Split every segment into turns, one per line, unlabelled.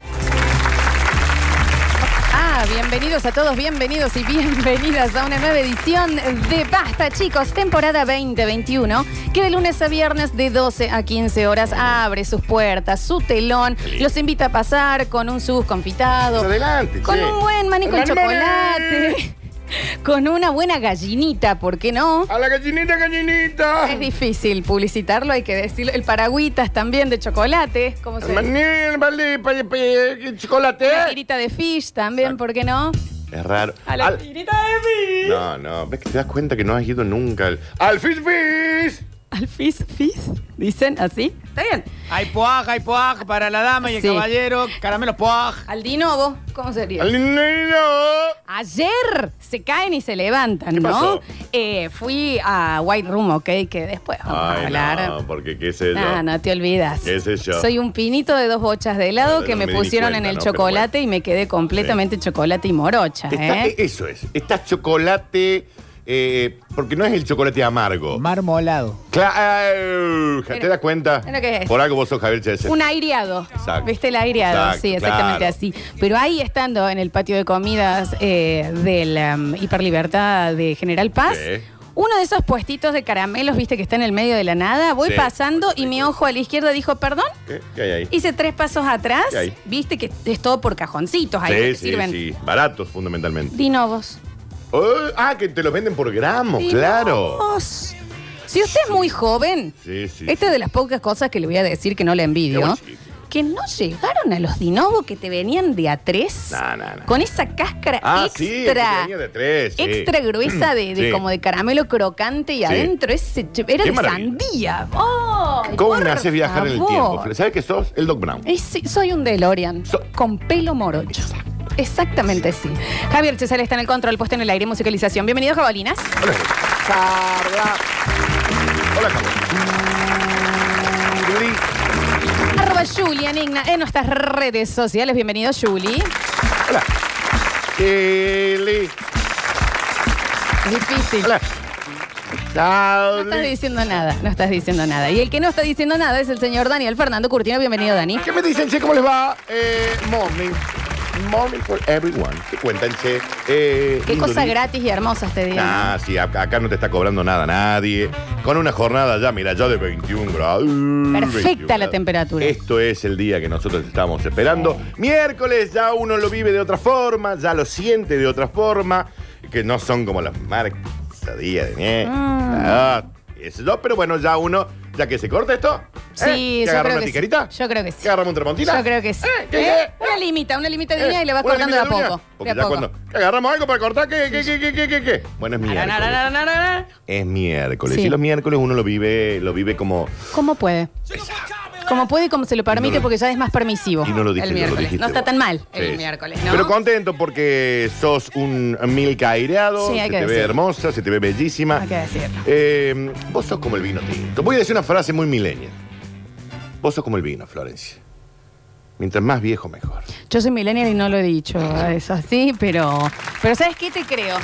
está? Ah, Bienvenidos a todos, bienvenidos y bienvenidas a una nueva edición de Basta, chicos, temporada 2021, que de lunes a viernes de 12 a 15 horas abre sus puertas, su telón, los invita a pasar con un sus confitado,
Pues Adelante.
con
che.
un buen maní con
Adelante.
chocolate, con una buena gallinita, ¿por qué no?
A la gallinita, gallinita.
Es difícil publicitarlo, hay que decirlo. El paragüitas también de chocolate, ¿cómo se dice?
Maní, vale, pa- pa-
Una
chocolate.
tirita de fish también,
Exacto.
¿por qué no?
Es raro.
A la
Al-
tirita de fish.
No, no, ves que te das cuenta que no has ido nunca al. ¡Al Fish Fish!
Al fizz, fizz, dicen así. Está bien.
Hay poaj, hay poaj para la dama y el
Sí.
caballero. Caramelo poaj.
Al dinovo, ¿cómo sería?
¡Al niño!
Ayer se caen y se levantan,
¿Qué
¿no?
pasó?
Eh, fui a White Room, ¿ok? Que después vamos a
Ay,
hablar.
no, porque qué sé yo.
Ah, no te olvidas.
¿Qué sé yo?
Soy un pinito de dos bochas de helado
Bueno,
que
no
me,
me di ni
pusieron
cuenta,
en el
¿no? Pero
chocolate y me quedé completamente chocolate y morocha,
Está-
¿eh?
Eso es. Está chocolate. eh, porque no es el chocolate amargo.
Marmolado.
Claro. ¿Te das cuenta?
mira qué es.
Por algo vos sos Javier Chesel.
Un aireado.
Exacto.
¿Viste el aireado?
Exacto,
sí, exactamente
claro.
así. Pero ahí estando en el patio de comidas eh, del em, Hiperlibertad de General Paz.
Sí.
Uno de esos puestitos de caramelos, viste, que está en el medio de la nada. Voy
Sí.
pasando y mi ojo a la izquierda dijo, perdón.
¿Qué, qué hay ahí?
Hice tres pasos atrás.
¿Qué hay?
Viste que es todo por cajoncitos ahí que
Sí, sí,
sirven.
sí. Baratos, fundamentalmente.
Dinovos.
Oh, ah, que te los venden por gramo, Oh, claro.
Dinovos. Si usted es muy joven,
Sí, sí.
Esta es de las pocas cosas que le voy a decir que no le envidio.
Qué buen chico.
Que no llegaron a los dinobos que te venían de a tres.
No, no, no.
Con esa cáscara
Ah, sí, el que
extra.
venía de tres. sí.
Extra gruesa de, de
Sí.
como de caramelo crocante y adentro ese ch- era
Qué
de
maravilla.
sandía. ¡Oh!
¿Cómo
por
me haces viajar en el
favor! Eh.
tiempo? ¿Sabes que sos? El Doc Brown.
Es- sí, soy un DeLorean
So-
con pelo morocho. Exactamente sí. Javier Chesal está en el control, puesto en el aire, musicalización. Bienvenidos, Jabalinas.
Hola, Carla. Hola, Carla. Juli.
Arroba Julian Igna en nuestras redes sociales. Bienvenido, Juli.
Hola. Kelly.
Es difícil.
Hola.
No estás
Sauli.
diciendo nada, no estás diciendo nada. Y el que no está diciendo nada es el señor Daniel Fernando Curtino. Bienvenido, Dani.
¿Qué me dicen, che? ¿Cómo les va? Eh, morning. Morning for everyone. ¿Qué cuentan, che? Eh,
Qué
lindo
cosas
día.
gratis y este hermosas te digo.
Ah, sí, acá, acá no te está cobrando nada nadie. Con una jornada ya, mira, ya de 21 grados. 21
Perfecta la
grados.
temperatura.
Esto es el día que nosotros estamos esperando. Miércoles ya uno lo vive de otra forma, ya lo siente de otra forma, que no son como las marcas día de
Mm.
nieve. Ah, qué sé yo, pero bueno, ya uno, ya que se corta esto,
Sí,
¿eh? ¿Que
yo
agarra
creo
una
que sí.
tijerita?
Yo creo que sí.
¿Que agarra un termontina?
Yo creo que sí.
¿Eh? ¿Qué, qué?
¿Eh? Una limita, una limita de
Eh,
uña y le vas
una
cortando de a
limita
poco.
Porque
De a
ya
poco.
cuando que agarramos algo para cortar, ¿qué, qué, qué, qué, qué, qué, qué? Bueno, es miércoles. Es miércoles.
Sí.
Y los miércoles uno lo vive, lo vive como.
¿Cómo puede? Como puede y como se lo permite, porque ya es más permisivo.
Y no lo dije,
el
yo, lo
miércoles.
dijiste
no está
vos.
tan mal
Sí.
el miércoles, ¿no?
Pero contento porque sos un milka aireado.
Sí, hay
se
que
te ve
decirlo.
hermosa, se te ve bellísima.
Hay que decirlo.
Eh, vos sos como el vino tinto. Voy a decir una frase muy milenial. Vos sos como el vino, Florencia. Mientras más viejo, mejor.
Yo soy millennial y no lo he dicho, eso sí, pero. Pero ¿sabes qué te creo?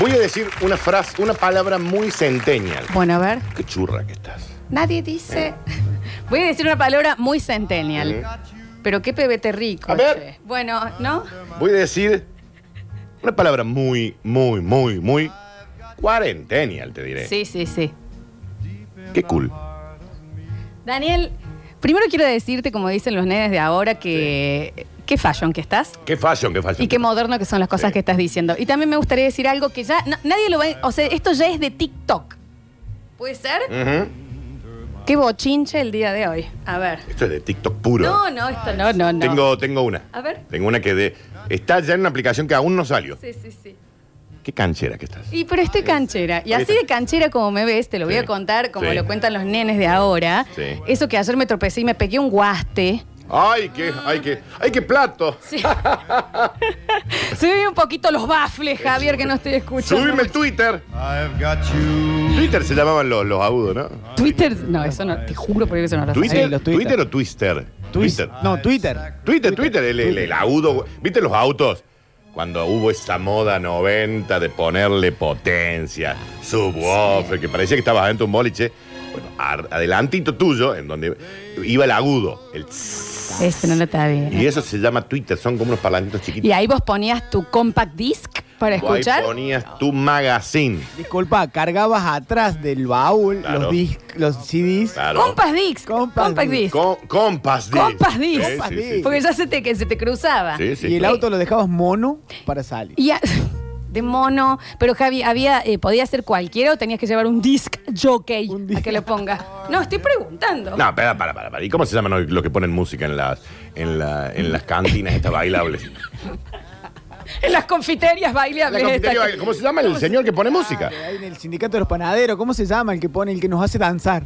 Voy a decir una frase, una palabra muy centennial.
Bueno, a ver.
Qué churra que estás.
Nadie dice. Voy a decir una palabra muy centennial. Pero qué pebete rico.
A ver.
che. Bueno, ¿no?
Voy a decir una palabra muy, muy, muy, muy cuarentenial, te diré.
Sí, sí, sí.
Qué cool.
Daniel, primero quiero decirte, como dicen los nenes de ahora, que qué fashion que estás.
Qué fashion, qué fashion.
Y qué moderno que son las cosas
Sí.
que estás diciendo. Y también me gustaría decir algo que ya na- nadie lo va. a- O sea, esto ya es de TikTok. ¿Puede ser?
Ujú. Mm.
Qué bochinche el día de hoy. A ver.
Esto es de TikTok puro.
No, no, esto no, no, no.
Tengo, tengo una.
A ver.
Tengo una que de, está ya en una aplicación que aún no salió.
Sí, sí, sí.
Qué canchera que estás.
Y pero estoy canchera. Y así de canchera como me ves, te lo voy
Sí.
a contar como
Sí.
lo cuentan los nenes de ahora.
Sí.
Eso que ayer me tropecé y me pegué un guaste.
Ay, qué, ay, qué, ay, qué plato.
Se me ven un poquito los bafles, Javier, que no estoy escuchando.
Subirme el Twitter. Twitter se llamaban los, los agudos, ¿no?
Twitter. No, eso no, te juro por eso no lo
Twitter,
los Twitter.
Twitter o Twister.
Twitter. No, Twitter.
Twitter, Twitter, el, el- el agudo. ¿Viste los autos? Cuando hubo esa moda 90 de ponerle potencia, subwoofer, que parecía que estabas dentro de un boliche. Bueno, ar- adelantito tuyo, en donde iba el agudo. el tss.
Ese no lo está
y
bien.
eso se llama Twitter, son como unos palanquitos
Y
chiquitos.
ahí vos ponías tu compact disc para
Vos ahí
escuchar.
ponías tu magazine.
Disculpa, cargabas atrás del baúl
Claro.
los, disc- los CDs.
Claro.
Compact disc.
Compact
Compact
disc.
disc.
Com- compas disc.
Compas disc.
Sí,
Compas
sí,
disc.
sí.
Porque ya se te, que se te cruzaba.
Sí, sí,
y el
claro.
auto lo dejabas mono para salir.
Y a- de mono. Pero Javi, había, eh, ¿podía ser cualquiera o tenías que llevar un disc jockey
Un disc.
a que lo ponga? No, estoy preguntando.
No, espera, para, para, para. ¿Y cómo se llaman hoy los que ponen música en las, en la, en las cantinas estas bailables?
En las confiterías
La
bailables.
cafetería
esta-
baila- ¿Cómo se llama el señor que pone música?
Ahí en el sindicato de los panaderos, ¿cómo se llama el que pone, el que nos hace danzar?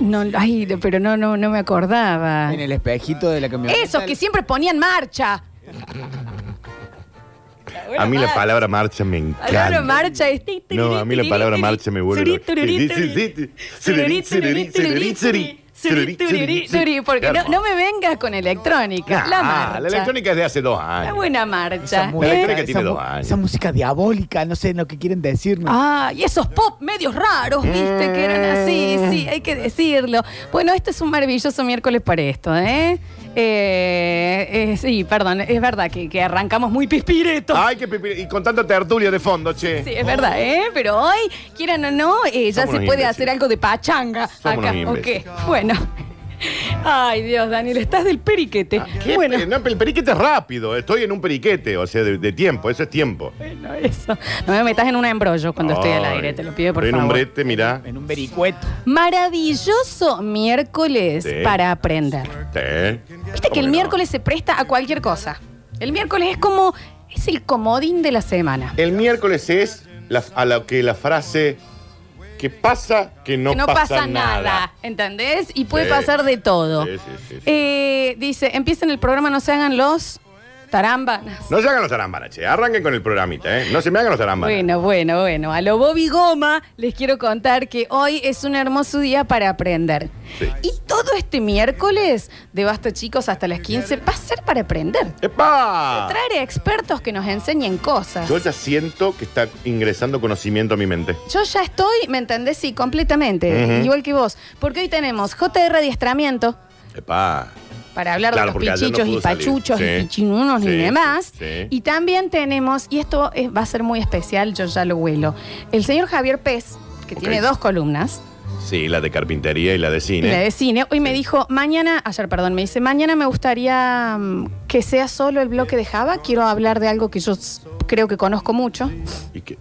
No, ay, pero no, no, no me acordaba.
En el espejito de la camioneta.
Esos Ah. que siempre ponían marcha.
A mí la palabra marcha me
La palabra
encanta.
marcha es.
No, a mí la palabra marcha me vuelve loco.
Porque no, no me vengas con electrónica. La
Ah,
marcha.
la electrónica es de hace dos
La
años.
buena
Esa
marcha.
La
¿eh?
electrónica tiene
mu-
dos años.
esa música diabólica, no sé lo que quieren decirnos.
Ah, y esos pop medios raros, viste, que eran así,
Mm.
sí, hay que decirlo. Bueno, este es un maravilloso miércoles para esto, ¿eh? Eh, eh, sí, perdón, es verdad que, que arrancamos muy pispiretos.
Ay, que pipi- y con tanta tertulia de fondo, che.
Sí, es verdad, ¿eh? Pero hoy, quieran o no, eh, ya
Somos
se
unos
puede
imbéciles.
hacer algo de pachanga
Somos
acá,
unos
¿ok?
imbéciles.
Bueno. Ay, Dios, Daniel, estás del periquete.
Ah, ¿Qué?
bueno,
No, el periquete es rápido. Estoy en un periquete, o sea, de, de tiempo. Eso es tiempo.
bueno, eso. No me metas en un embrollo cuando estoy al
Ay,
aire, te lo pido por
estoy En un
favor.
brete, mirá.
En un vericueto.
Ah,
Maravilloso miércoles
Sí.
para aprender.
Sí.
Viste que el
Bueno.
miércoles se presta a cualquier cosa. El miércoles es como, es el comodín de la semana.
El miércoles es la- a la que la frase que pasa que no,
que no pasa, nada, ¿entendés? Y puede
Sí.
pasar de todo.
Sí, sí, sí, sí.
Eh, dice, empiecen el programa, no se hagan los tarambanas.
No se hagan los tarambanas, che. Arranquen con el programita, ¿eh? No se me hagan los tarambanas.
Bueno, bueno, bueno. A lo Bobby Goma les quiero contar que hoy es un hermoso día para aprender.
Sí.
Y todo este miércoles, de Basta Chicos hasta las 15, va a ser para aprender.
¡Epa!
Traer expertos que nos enseñen cosas.
Yo ya siento que está ingresando conocimiento a mi mente.
Yo ya estoy, ¿me entendés? Sí, completamente.
Ujú.
Igual que vos. Porque hoy tenemos JR Adiestramiento,
¡Epa!
para hablar
Claro,
de los
porque ayer no
pichichos y
pudo salir.
pachuchos y
Sí.
pichinunos y
Sí,
demás.
sí.
Y también tenemos, y esto es- va a ser muy especial, yo ya lo huelo, el señor Javier Pez, que
Ok.
tiene dos columnas,
Sí, la de carpintería y la de
y
cine.
la de cine, hoy me dijo, mañana, ayer, perdón, me dice, mañana me gustaría mm, que sea solo el bloque de Java, quiero hablar de algo que yo s- creo que conozco mucho.
Y que...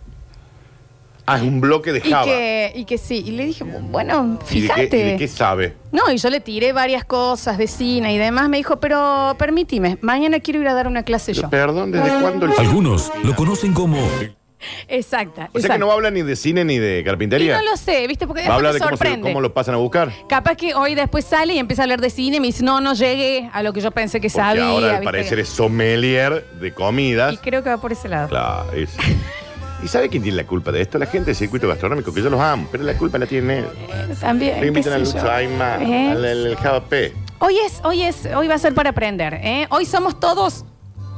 Ah, es un bloque de
Y
Java.
que, y que sí, y le dije, bueno,
¿Y de qué-
fíjate.
¿Y de qué sabe?
No, y yo le tiré varias cosas de cine y demás. Me dijo, pero permítime, mañana quiero ir a dar una clase yo.
Perdón, ¿desde cuándo? el-
Algunos lo conocen como
Exacta.
O sea que
exacta.
no va a hablar ni de cine ni de
y
carpintería.
no lo sé, ¿viste? Porque
va
después
a
me
hablar de cómo, se-
sorprende.
cómo lo pasan a buscar.
Capaz que hoy después sale y empieza a hablar de cine y me dice, no, no llegué a lo que yo pensé que
Porque
sabía.
ahora al
¿viste?
parecer es sommelier de comidas.
Y creo que va por ese lado.
Claro, eso. ¿Y sabe quién tiene la culpa de esto? La gente del circuito gastronómico, que yo los amo, pero la culpa la tiene él.
Eh, También.
Le invitan
qué
a
sé
Lucho
yo.
Aima,
¿Eh?
al al- al Java P.
Hoy es, hoy es, hoy va a ser para aprender. ¿eh? Hoy somos todos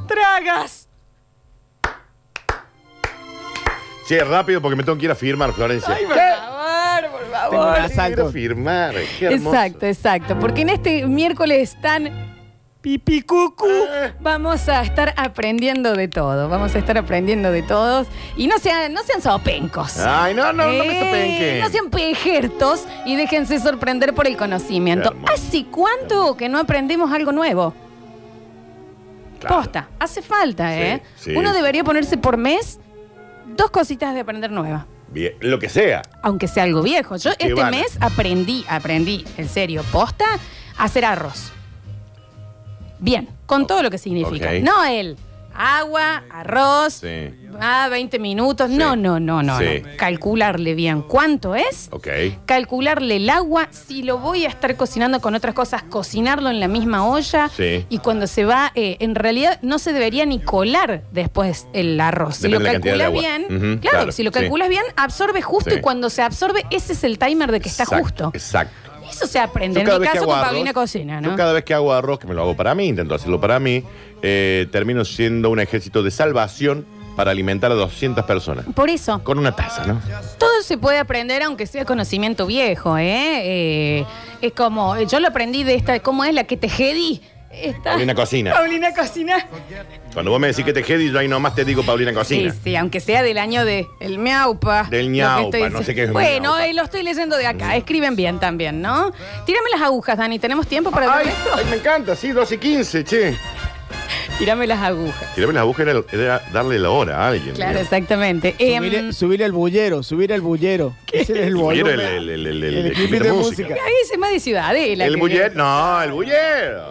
tragas.
Che, rápido porque me tengo que ir a firmar, Florencia.
Ay, por favor, por
Tengo
favor.
una
Quiero
asalto.
firmar, qué hermoso.
Exacto, exacto. Porque en este miércoles tan pipicucu
Eh.
vamos a estar aprendiendo de todo. Vamos a estar aprendiendo de todos. Y no sean, no sean sopencos.
Ay, Ah, no, no, no me
Eh,
sopenquen.
no sean pejertos y déjense sorprender por el conocimiento.
Qué hermoso.
¿Hace cuánto que no aprendemos algo nuevo?
Claro.
Posta, hace falta,
Sí,
¿eh?
sí.
Uno debería ponerse por mes dos cositas de aprender nuevas.
Bien, lo que sea.
Aunque sea algo viejo. Yo
Qué
este
vale.
mes aprendí, aprendí, en serio, posta, a hacer arroz. Bien, con todo lo que significa.
ok.
No el agua, arroz,
Sí.
ah, 20 minutos.
Sí.
No, no, no, no,
Sí.
no. Calcularle bien cuánto es,
Ok.
calcularle el agua, si lo voy a estar cocinando con otras cosas, cocinarlo en la misma olla.
Sí.
Y cuando se va, eh, en realidad no se debería ni colar después el arroz. Si
Depende
lo
de la cantidad de
calculas bien,
agua. Ujú,
claro,
claro,
si lo
sí.
calculas bien, absorbe justo
Sí.
y cuando se absorbe, ese es el timer de que está
Exacto,
justo.
Exacto.
Y Eso se aprende.
Yo cada
en mi
vez que
caso,
hago
con
arroz,
Paulina Cocina,
Yo
¿no?
cada vez que hago arroz, que me lo hago para mí, intento hacerlo para mí, eh, termino siendo un ejército de salvación para alimentar a 200 personas.
Por eso,
Con una taza, ¿no?
todo se puede aprender aunque sea conocimiento viejo, ¿eh? Eh, es como, eh, yo lo aprendí de esta, ¿cómo es la que te jedi? Esta-
Paulina Cocina.
Paulina Cocina.
Cuando vos me decís que te jedi, yo ahí nomás te digo Paulina
Sí,
Cocina.
sí, aunque sea del año de el miaupa. lo
Del
que
Miaupa,
estoy
no sé qué es un
Bueno,
Miaupa. Mm.
eh, lo estoy leyendo de acá. Escriben bien también, ¿no? Tírame las agujas, Dani. ¿Tenemos tiempo para ver
Ay,
esto?
ay, me encanta, sí, 12 y 15, che.
Tírame las agujas.
Tirarme la búsqueda era, era darle la hora a alguien.
Claro,
digamos.
exactamente. Em,
Subir, subir el bullero, subir el bullero. Ese es el
bullero,
volumen.
el, el, el, el, el,
El
el
equipo
de
de
música.
música.
ahí se más de Ciudadela.
El
que-
bullero, no, el bullero.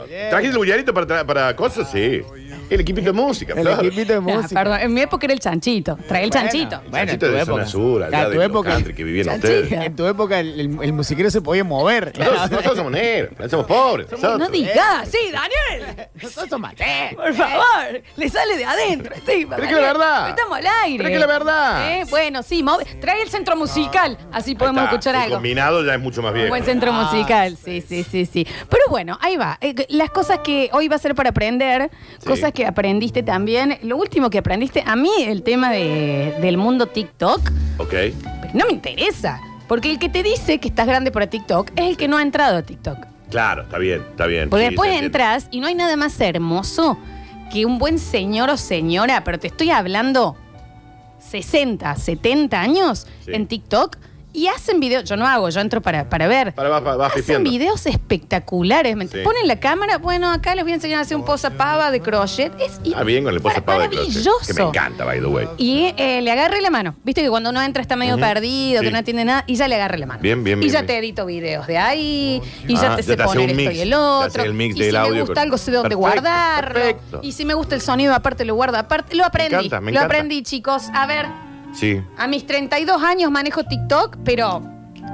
Bullero.
¿Trajiste el bullerito para, tra- para cosas? Sí. El equipito de música,
El
claro.
equipito de
Ah,
música.
perdón, en mi época era el chanchito. Trae el
Bueno.
chanchito.
Bueno,
Bueno,
en
en
tu
tu
de
época.
zona sur, allá
Claro,
de
tu
los
época.
country que vivían
Chanchita.
ustedes.
En tu época el, el- el musiquero se podía mover.
Nosotros, nosotros somos negros, somos pobres.
No
nosotros.
digas, sí, Daniel.
Nosotros somos ateos.
Por favor, le sale de adentro. este,
Eh. Pero es
Daniel,
que la verdad.
Estamos al aire.
Pero es que la verdad.
Eh, Bueno, sí, move- trae el centro musical. Así podemos
Ahí está,
escuchar
el
algo.
combinado ya es mucho más
Un
viejo.
buen centro musical, Ah, sí, sí, sí, sí. Pero bueno, ahí va. Eh, Las cosas que hoy va a ser para aprender,
Sí.
cosas que aprendiste también. Lo último que aprendiste, a mí el tema de- del mundo TikTok,
Ok.
pero no me interesa. Porque el que te dice que estás grande para TikTok es el que no ha entrado a TikTok.
Claro, está bien, está bien.
Porque
sí,
después
se entiende.
entras y no hay nada más hermoso que un buen señor o señora, pero te estoy hablando 60, 70 años
Sí.
en TikTok y hacen videos. Yo no hago, yo entro para, para ver.
Para, vas, vas
Hacen
pifiando.
videos espectaculares. ¿me ent-
Sí.
Ponen la cámara, bueno, acá les voy a enseñar a hacer un posapava de crochet. Es i-
Ah, bien, con el pozo pavo de crochet,
maravilloso.
Que me encanta, by the way.
Y eh, le agarré la mano. Viste que cuando uno entra está medio
Ujú.
perdido,
Sí.
que no entiende nada, y ya le agarré la mano.
Bien,
Y
bien, bien,
ya
bien.
te edito videos de ahí, y
Ah,
ya te
ya
sé
te hace
poner
un
esto
mix,
y el
te hace
otro.
el mix
y
del
si me
audio
gusta
con-
algo, sé dónde
Perfecto,
guardarlo.
perfecto.
Y si me gusta el sonido, aparte lo guardo aparte. Lo aprendí.
encanta, me
lo
encanta.
aprendí, chicos. A ver,
Sí.
a mis 32 años manejo TikTok, pero.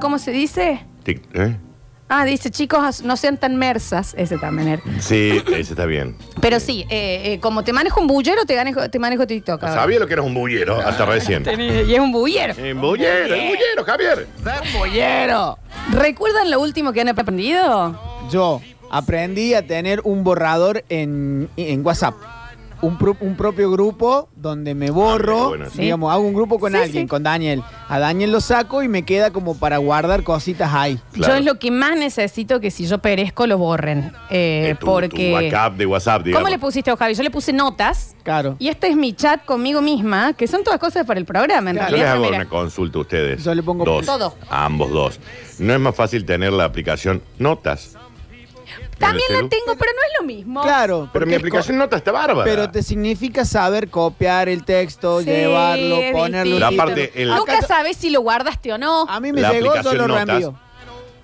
¿Cómo se dice?
Tic- ¿eh?
Ah, dice, chicos, no sean tan mersas. Ese también era.
Sí, ese está bien.
Pero sí, eh, eh, como te manejo un bullero, te manejo, te manejo TikTok. ahora.
Sabía lo que eras un bullero
Ah.
hasta recién.
Tenés- Y es un bullero.
Un bullero, un bullero, Javier.
¡Bullero! ¿Recuerdan lo último que han aprendido?
Yo aprendí a tener un borrador en, en WhatsApp. Un, pro- un propio grupo donde me
Ah,
borro,
bueno, sí.
digamos, hago un grupo con
Sí,
alguien,
sí.
con Daniel. A Daniel lo saco y me queda como para guardar cositas ahí.
Claro.
Yo es lo que más necesito que si yo perezco lo borren. Eh,
Eh, tu-
porque.
Tu WhatsApp de WhatsApp, digamos.
¿Cómo le pusiste a Javi? Yo le puse notas.
Claro.
Y este es mi chat conmigo misma, que son todas cosas para el programa, en
Claro.
Yo les
realidad.
hago
Mira,
una consulta a ustedes.
Yo le pongo
dos,
Todo.
A ambos dos. ¿No es más fácil tener la aplicación Notas?
También
En el
la
celu.
tengo, pero no es lo mismo.
Claro.
Pero
porque
mi
es
aplicación
co-
Notas está bárbara.
Pero te significa saber copiar el texto,
Sí,
llevarlo,
es
ponerlo.
distinto.
La parte- el-
Nunca sabes si lo guardaste o no.
A mí me
La
llegó, yo
aplicación
lo
Notas.
reenvío.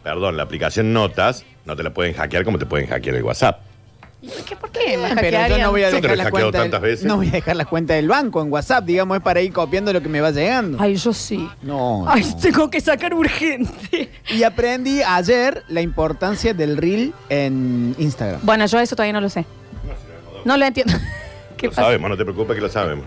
Perdón, la aplicación Notas no te la pueden hackear como te pueden hackear el WhatsApp.
¿Y por qué? ¿Por qué? me
Pero yo
hackearían?
no voy a
Yo te lo he
dejar la
hackeado
cuenta.
tantas veces.
del, no voy a dejar la cuenta del banco en WhatsApp, digamos, es para ir copiando lo que me va llegando.
Ay, yo sí.
No.
Ay,
no.
tengo que sacar urgente.
Y aprendí ayer la importancia del reel en Instagram.
Bueno, yo eso todavía no lo sé. No lo entiendo. ¿Qué
lo
pasa?
sabemos, no te preocupes que lo sabemos.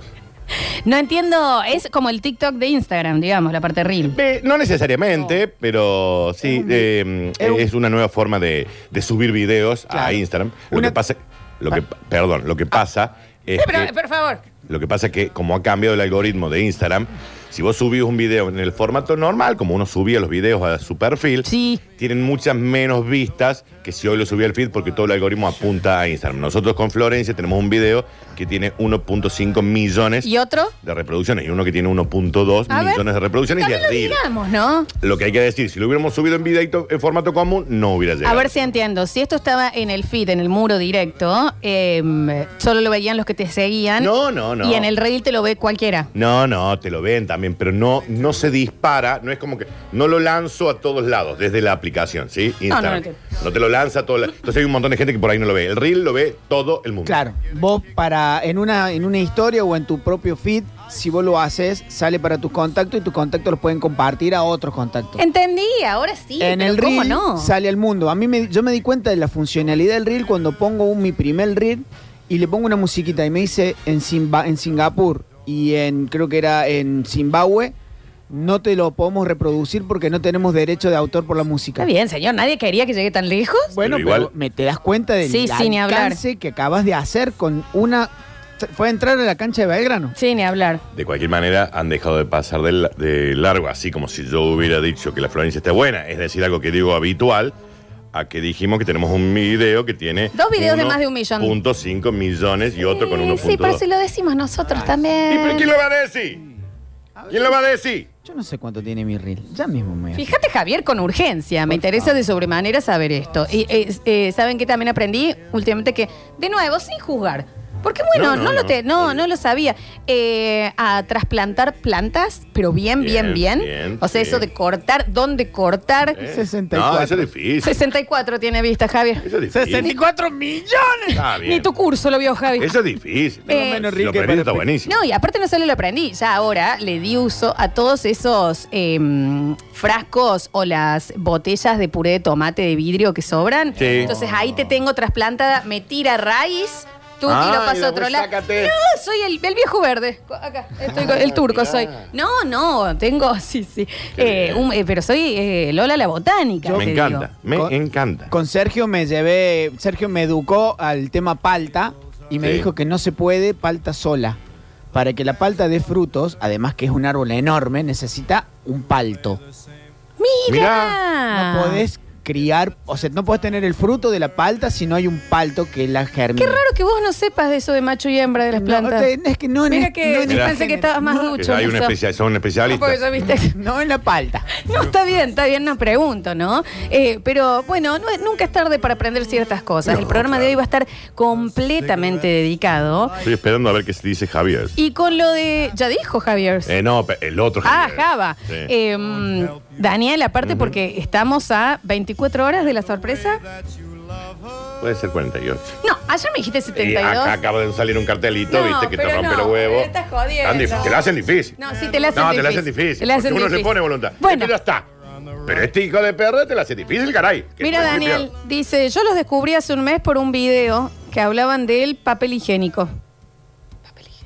No entiendo, es como el TikTok de Instagram, digamos, la parte reel.
Ve, no necesariamente, pero sí,
Es un-
eh, es,
es un-
una nueva forma de, de subir videos a
Claro.
Instagram. Lo
Una-
que pasa, lo
Ah.
que, perdón, lo que pasa es que,
por favor.
lo que pasa es que como ha cambiado el algoritmo de Instagram, si vos subís un video en el formato normal, como uno subía los videos a su perfil,
Sí.
tienen muchas menos vistas que si hoy lo subí al feed porque todo el algoritmo apunta a Instagram. Nosotros con Florencia tenemos un video que tiene 1.5 millones
¿Y otro?
de reproducciones y uno que tiene 1.2
A ver,
millones de reproducciones y
También
es
lo
real.
digamos, ¿no?
Lo que hay que decir, si lo hubiéramos subido en videito en formato común, no hubiera llegado.
A ver si entiendo. Si esto estaba en el feed, en el muro directo, em, solo lo veían los que te seguían.
No, no, no.
Y en el reel te lo ve cualquiera.
No, no, te lo ven también, pero no, no se dispara, no es como que no lo lanzo a todos lados desde la aplicación, ¿sí?
no,
Instagram. No,
no te-
te lo lanza a todos lados. Entonces hay un montón de gente que por ahí no lo ve. El reel lo ve todo el mundo.
Claro, vos para en una en una historia o en tu propio feed, si vos lo haces, sale para tus contactos y tus contactos los pueden compartir a otros contactos.
Entendí, ahora sí.
en
pero
el
¿Cómo
reel
no?
sale al mundo. A mí me, yo me di cuenta de la funcionalidad del reel cuando pongo un- mi primer reel y le pongo una musiquita y me dice en, Simba- en Singapur y en creo que era en Zimbabue no te lo podemos reproducir porque no tenemos derecho de autor por la música.
Está bien, señor. Nadie quería que llegue tan lejos.
Bueno,
Pero
pero,
igual-
me te das cuenta del
Sí, sí, ni hablar.
alcance que acabas de hacer con una fue a entrar a la cancha de Belgrano.
Sí, ni hablar.
De cualquier manera, han dejado de pasar de, la- de largo, así como si yo hubiera dicho que la Florencia está buena, es decir, algo que digo habitual, a que dijimos que tenemos un video que tiene...
Dos videos de más de un millón.
Punto cinco millones y otro con
Eh,
1.2.
Sí, pero si lo decimos nosotros también.
¿Y pero quién lo va a decir? ¿Quién lo va a decir?
Yo no sé cuánto tiene mi reel. Ya mismo me.
Fíjate, Javier, con urgencia. Me interesa de sobremanera saber esto. Y eh, eh, saben que también aprendí últimamente que, de nuevo, sin juzgar. Porque bueno, no,
No, no,
lo
no,
te, no,
obvio.
no lo sabía. Eh, a trasplantar plantas, pero bien, bien, bien.
Bien, bien,
o sea,
sí.
eso de cortar, dónde cortar.
¿Eh?
64.
No, eso es difícil.
64 tiene vista, Javier.
Eso es difícil.
millones!
Está bien.
Ni tu curso lo vio, Javier.
Eso es difícil.
Tengo Eh, menos
Si lo
Rick que
aprendí, está
para-
buenísimo.
No, y aparte no solo lo aprendí, ya ahora le di uso a todos esos em, frascos o las botellas de puré de tomate de vidrio que sobran.
Sí.
Entonces ahí te tengo trasplantada, me tira raíz, tú
Ah,
tiro
y
paso a otro
después
lado.
sácate.
No, soy el, el viejo verde. Co- Acá, estoy con- el turco
Ah, mirá.
soy. No, no, tengo, sí, sí.
Qué
Eh,
bien.
un- eh, pero soy eh, Lola la botánica.
me
te
encanta,
digo.
me
Con-
encanta.
Con Sergio me llevé. Sergio me educó al tema palta y me
Sí.
dijo que no se puede palta sola. Para que la palta dé frutos, además que es un árbol enorme, necesita un palto.
Mira. Ah.
No podés criar, o sea, no podés tener el fruto de la palta si no hay un palto que la germine.
Qué raro que vos no sepas de eso de macho y hembra de las
No,
plantas.
te- es que no en
Mira
es-
que
no en
yo
Mirá.
pensé que estabas más
No,
ducho.
Hay
en
un
eso.
especial, son
No, porque yo
especialistas.
viste.
No en la palta.
No, está bien, está bien, no pregunto, ¿no? Eh, pero bueno, no es- nunca es tarde para aprender ciertas cosas. El programa de hoy va a estar completamente dedicado.
Estoy esperando a ver qué se dice Javier.
Y con lo de. Ya dijo Javier.
Eh, no, pe- el otro
Ah,
Javier.
Java.
Sí.
Eh, Daniel, aparte, porque estamos a 24 horas de la sorpresa.
Puede ser 48.
No, ayer me dijiste
Y acá
72.
acaba de salir un cartelito,
No,
viste, que te
pero
rompe
no,
los huevos.
pero estás jodiendo.
Tan dif- Te la hacen difícil.
No, sí, te la hacen
No, te
difícil.
la hacen difícil.
Te la hacen
porque uno
difícil.
le pone voluntad.
Bueno.
Esto ya está. Pero este hijo de perra te la hace difícil, caray. Que
Mira,
en principio-
Daniel, dice, yo los descubrí hace un mes por un video que hablaban del papel higiénico.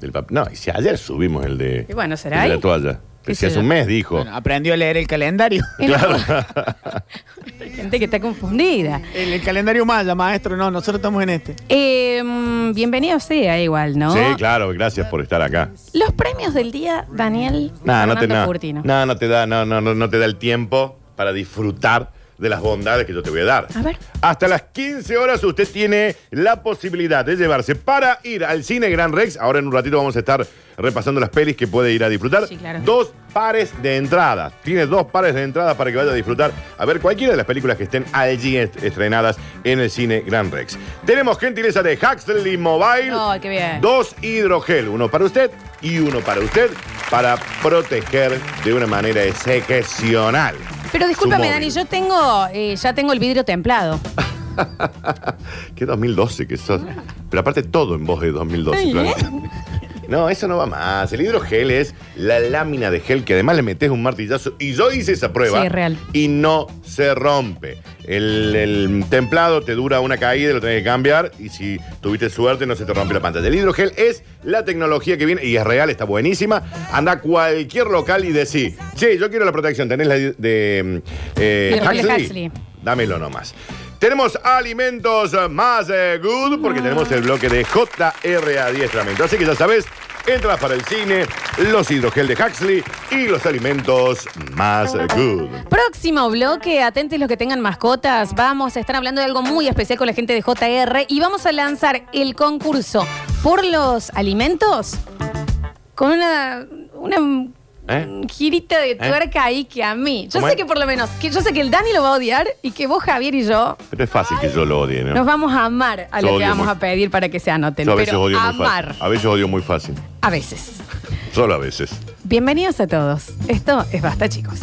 del pap- No, y si ayer subimos el de.
Y bueno, ¿será
el de
ahí?
la toalla.
¿Qué
Que si
sé
hace
yo?
un mes dijo.
Bueno, aprendió a leer el calendario.
Claro.
Hay gente que está confundida.
El, el calendario maya, maestro, no, nosotros estamos en este.
Eh, mm, bienvenido sea igual, ¿no?
Sí, claro, gracias por estar acá.
Los premios del día, Daniel
No, no te,
Fernando
no,
Curtino.
no, no te da, no, no, no, no te da el tiempo para disfrutar de las bondades que yo te voy a dar.
A ver.
Hasta las 15 horas usted tiene la posibilidad de llevarse para ir al cine Gran Rex. Ahora en un ratito vamos a estar repasando las pelis que puede ir a disfrutar.
Sí, claro.
Dos pares de entradas. Tiene dos pares de entradas para que vaya a disfrutar a ver cualquiera de las películas que estén allí est- estrenadas en el cine Gran Rex. Tenemos gentileza de Huxley Mobile.
Ay, Oh, qué bien.
Dos hidrogel, uno para usted y uno para usted, para proteger de una manera excepcional.
Pero discúlpame,
Su
Dani,
móvil.
yo tengo, eh, ya tengo el vidrio templado.
Qué 2012 que sos.
Ah.
Pero aparte todo en voz de 2012.
Sí,
Florencia. No, eso no va más. El hidrogel es la lámina de gel que además le metes un martillazo. Y yo hice esa prueba.
Sí, real.
Y no se rompe. El, el templado te dura una caída, lo tenés que cambiar. Y si tuviste suerte, no se te rompe la pantalla. El hidrogel es la tecnología que viene y es real, está buenísima. Anda a cualquier local y decís, che, yo quiero la protección. ¿Tenés la de eh,
Hidrogel
Huxley?
Huxley.
Dámelo nomás. Tenemos alimentos más eh, good porque
Ah.
tenemos el bloque de JR Adiestramiento. Así que ya sabes, entras para el cine, los hidrogel de Huxley y los alimentos más eh, good.
Próximo bloque, atentos los que tengan mascotas. Vamos a estar hablando de algo muy especial con la gente de JR y vamos a lanzar el concurso por los alimentos con una, una
¿Eh?
girita de tuerca ahí que a mí. Yo
¿Cómo
sé
es?
que por lo menos, que yo sé que el Dani lo va a odiar y que vos, Javier y yo
Pero Este es fácil que yo lo odie,
nos
¿no?
vamos a amar a lo
Yo
que
odio
vamos
muy-
a pedir para que se anoten.
Yo a veces
pero
odio muy
amar
fácil. A veces odio muy fácil.
a veces.
Solo a veces.
Bienvenidos a todos. Esto es Basta, chicos.